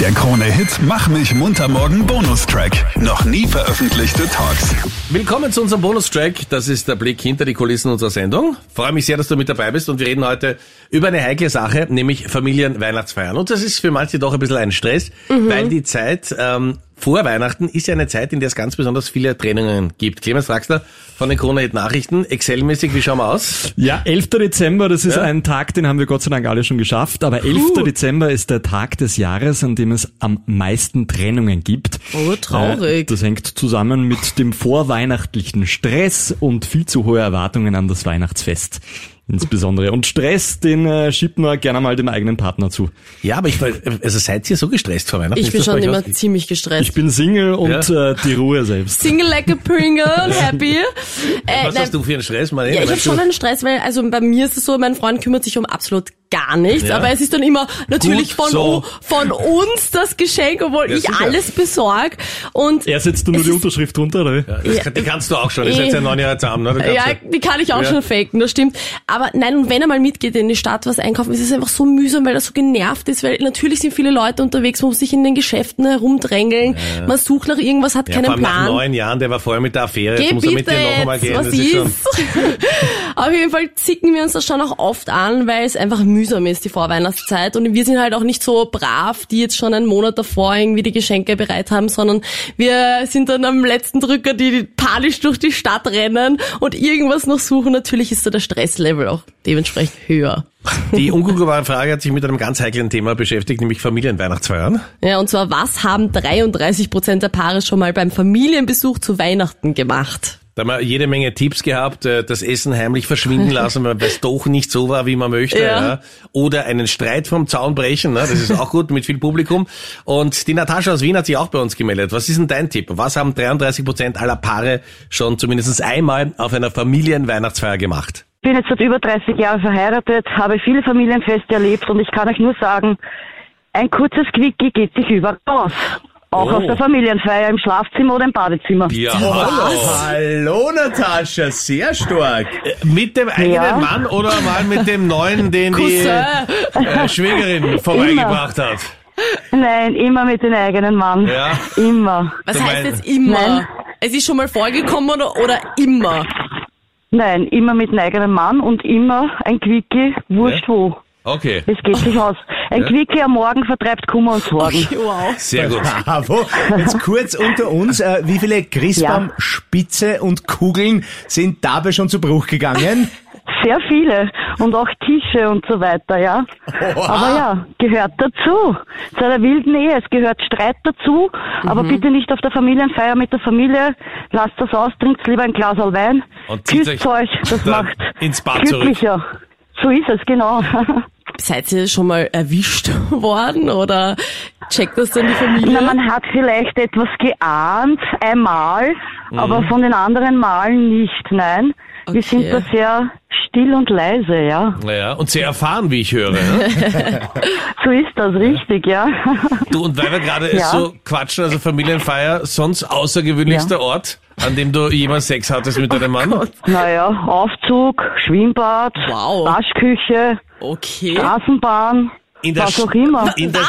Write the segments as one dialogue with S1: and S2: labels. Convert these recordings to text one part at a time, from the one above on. S1: Der Krone-Hit Mach mich munter morgen Bonustrack. Noch nie veröffentlichte Talks.
S2: Willkommen zu unserem Bonustrack. Das ist der Blick hinter die Kulissen unserer Sendung. Freue mich sehr, dass du mit dabei bist und wir reden heute über eine heikle Sache, nämlich Familienweihnachtsfeiern. Und das ist für manche doch ein bisschen ein Stress, weil die Zeit ähm, vor Weihnachten ist ja eine Zeit, in der es ganz besonders viele Trennungen gibt. Clemens Draxler von den Krone Hit Nachrichten. Excel-mäßig, wie schauen wir aus?
S3: Ja, 11. Dezember, das ist ein Tag, den haben wir Gott sei Dank alle schon geschafft. Aber 11. Dezember ist der Tag des Jahres, an dem es am meisten Trennungen gibt.
S4: Oh, traurig.
S3: Äh, Das hängt zusammen mit dem vorweihnachtlichen Stress und viel zu hohe Erwartungen an das Weihnachtsfest. Insbesondere. Und Stress, den äh, schiebt man gerne mal dem eigenen Partner zu.
S2: Ja, aber ich also seid ihr so gestresst vor Weihnachten?
S4: Ich
S2: Ist
S4: bin
S2: das
S4: schon
S2: bei euch
S4: immer
S2: auch-
S4: ziemlich gestresst.
S3: Ich bin Single und äh, die Ruhe selbst.
S4: Single like a Pringle, happy. Äh,
S2: Was hast du für einen Stress, Marlene?
S4: Ja, ich habe
S2: Weißt du-
S4: schon einen Stress, weil also bei mir ist es so, mein Freund kümmert sich um absolut gar nichts,
S2: Ja.
S4: aber es ist dann immer natürlich
S2: Gut
S4: von,
S2: so.
S4: u- von uns das Geschenk, obwohl
S2: Ja,
S4: ich
S2: sicher.
S4: alles besorg und
S3: Er setzt da nur
S4: Es
S3: die
S4: ist-
S3: Unterschrift drunter, oder? wie?
S2: Das, kann- die kannst du auch schon, ihr seid ja neun Jahre zusammen, ne? Du kannst
S4: ja, die kann ich auch
S2: Ja.
S4: schon faken, das stimmt. Aber nein, und wenn er mal mitgeht in die Stadt was einkaufen, ist es einfach so mühsam, weil er so genervt ist, weil natürlich sind viele Leute unterwegs, man muss sich in den Geschäften herumdrängeln, man sucht nach irgendwas, hat
S2: Ja,
S4: keinen
S2: vor allem nach
S4: Plan.
S2: neun Jahren, der war vorher mit der Affäre, jetzt
S4: Geh
S2: muss er
S4: bitte
S2: mit dir noch einmal
S4: jetzt,
S2: gehen.
S4: was
S2: das ist schon,
S4: ist? Auf jeden Fall zicken wir uns das schon auch oft an, weil es einfach mühsam ist, die Vorweihnachtszeit. Und wir sind halt auch nicht so brav, die jetzt schon einen Monat davor irgendwie die Geschenke bereit haben, sondern wir sind dann am letzten Drücker, die panisch durch die Stadt rennen und irgendwas noch suchen. Natürlich ist da der Stresslevel auch dementsprechend höher.
S2: die ungooglebare Frage hat sich mit einem ganz heiklen Thema beschäftigt, nämlich Familienweihnachtsfeiern.
S4: Ja, und zwar, was haben 33 Prozent der Paare schon mal beim Familienbesuch zu Weihnachten gemacht?
S2: Da haben wir jede Menge Tipps gehabt, äh, das Essen heimlich verschwinden lassen, weil es doch nicht so war, wie man möchte. Ja.
S4: Ja.
S2: Oder einen Streit vom Zaun brechen, ne? das ist auch gut, mit viel Publikum. Und die Natascha aus Wien hat sich auch bei uns gemeldet. Was ist denn dein Tipp? Was haben 33 Prozent aller Paare schon zumindest einmal auf einer Familienweihnachtsfeier gemacht?
S5: bin jetzt seit über 30 Jahren verheiratet, habe viele Familienfeste erlebt und ich kann euch nur sagen, ein kurzes Quickie geht sich überall aus. Auch
S2: Oh.
S5: auf der Familienfeier im Schlafzimmer oder im Badezimmer.
S2: Ja, hallo.
S6: Hallo Natascha, sehr stark.
S2: Äh, Mit dem eigenen
S5: Ja.
S2: Mann oder mal mit dem neuen, den die
S4: Cousin.
S2: äh, Schwägerin vorbeigebracht hat?
S5: Nein, immer mit dem eigenen Mann.
S2: Ja.
S5: Immer.
S4: Was
S2: Du
S4: heißt
S2: mein-
S4: jetzt immer?
S5: Nein.
S4: Es ist schon mal vorgekommen oder, oder immer?
S5: Nein, immer mit dem eigenen Mann und immer ein Quickie, wurscht wo.
S2: Okay,
S5: Es geht sich aus. Ein Quickie am Morgen vertreibt Kummer und Sorgen.
S4: Wow.
S2: sehr gut.
S6: Bravo. Jetzt kurz unter uns, äh, wie viele Christbaum,
S5: Ja.
S6: Spitze und Kugeln sind dabei schon zu Bruch gegangen?
S5: Sehr viele und auch Tische und so weiter, ja. Aber ja, gehört dazu. Zu einer wilden Ehe. Es gehört Streit dazu, aber
S2: Mhm.
S5: bitte nicht auf der Familienfeier mit der Familie. Lasst das aus, trinkt lieber ein Glas Wein.
S2: Und zieht
S5: Küsst
S2: euch
S5: euch, das
S2: dann
S5: macht
S2: ins Bad zurück.
S5: glücklicher. So ist es, genau.
S4: Seid ihr schon mal erwischt worden oder checkt das denn die
S5: Na,
S4: Familie?
S5: man hat vielleicht etwas geahnt, einmal,
S2: Mhm.
S5: aber von den anderen Malen nicht, nein. Wir sind
S4: Okay.
S5: da sehr still und leise, ja.
S2: Naja, und sehr erfahren, wie ich höre. Ne?
S5: So ist das, richtig, ja.
S2: Du, und weil wir gerade
S5: Ja.
S2: so quatschen, also Familienfeier, sonst außergewöhnlichster Ort, an dem du jemals Sex hattest mit
S5: Oh
S2: deinem Mann?
S5: Naja, Aufzug, Schwimmbad,
S4: Wow.
S5: Waschküche,
S4: Okay.
S5: Straßenbahn,
S2: In der
S5: was
S2: Sch-
S5: auch immer.
S2: In der,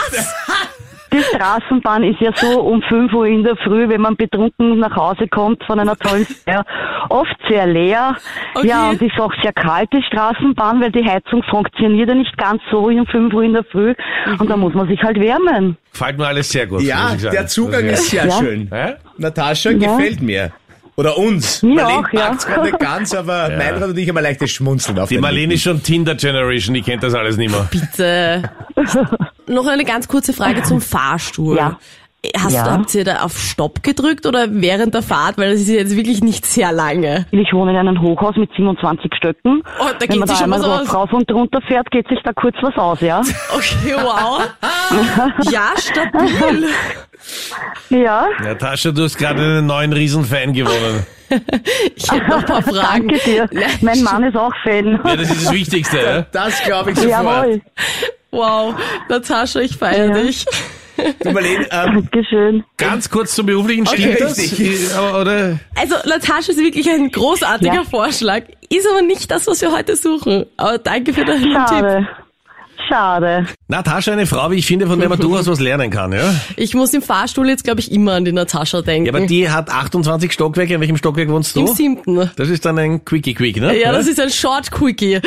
S5: Die Straßenbahn ist ja so um 5 Uhr in der Früh, wenn man betrunken nach Hause kommt von einer tollen Feier, oft sehr leer.
S4: Okay.
S5: Ja, und ist auch sehr kalt, die Straßenbahn, weil die Heizung funktioniert ja nicht ganz so um 5 Uhr in der Früh. Und da
S4: Mhm.
S5: muss man sich halt wärmen.
S2: gefällt mir alles sehr gut. muss
S6: Ja,
S2: ich sagen.
S6: der Zugang
S2: Also,
S6: ist sehr
S5: Ja.
S6: schön.
S2: Hä?
S6: Natascha gefällt mir. Oder uns.
S5: Mir
S6: Marlene
S5: auch, ja.
S6: packt's grad nicht ganz, aber Meinrad und ich haben ein leichtes Schmunzeln auf
S2: Die
S6: den
S2: Marlene ist schon Tinder Generation, die kennt das alles nicht mehr.
S4: Bitte. Noch eine ganz kurze Frage zum Fahrstuhl.
S5: Ja.
S4: Hast
S5: Ja.
S4: du, habt ihr da auf Stopp gedrückt oder während der Fahrt? Weil das ist jetzt wirklich nicht sehr lange.
S5: Ich wohne in einem Hochhaus mit 27 Stöcken.
S4: Oh, da geht
S5: wenn man
S4: sich
S5: da
S4: schon
S5: einmal
S4: was aus.
S5: rauf und runter fährt, geht sich da kurz was aus, ja?
S4: Okay, wow. Ja, stabil.
S5: Ja,
S2: Natascha, du hast gerade einen neuen Riesenfan gewonnen.
S4: Ich hätte noch ein paar Fragen.
S5: danke dir.
S4: Nein,
S5: Mein Mann ist auch Fan.
S2: Ja, das ist das Wichtigste. ja?
S6: Das glaube ich sofort.
S5: Jawohl,
S4: Wow. Natascha, ich feiere
S5: Ja.
S4: dich.
S6: Du Marlene, ähm,
S5: Dankeschön.
S2: Ganz kurz zum beruflichen
S6: Okay.
S2: Stimmt das? äh,
S6: Richtig.
S2: Aber- Oder?
S4: Also Natascha ist wirklich ein großartiger
S5: Ja.
S4: Vorschlag. Ist aber nicht das, was wir heute suchen. Aber danke für deinen Tipp.
S5: Schade. schade.
S2: Natascha, eine Frau, wie ich finde, von der
S4: Mhm.
S2: man durchaus was lernen kann, ja?
S4: Ich muss im Fahrstuhl jetzt, glaube ich, immer an die Natascha denken.
S2: Ja, aber die hat 28 Stockwerke. In welchem Stockwerk wohnst
S4: Mhm. Im
S2: du?
S4: siebten.
S2: Das ist dann ein Quickie-Quick, ne?
S4: Ja, das ist ein Short-Quickie.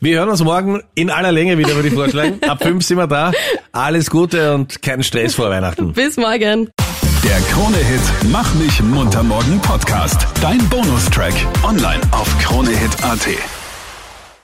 S2: Wir hören uns morgen in aller Länge wieder, würde ich vorschlagen. Ab fünf sind wir da. Alles Gute und keinen Stress vor Weihnachten.
S4: Bis morgen.
S1: Der Krone-Hit Mach mich munter morgen Podcast. Dein Bonustrack. Online auf kronehit.at.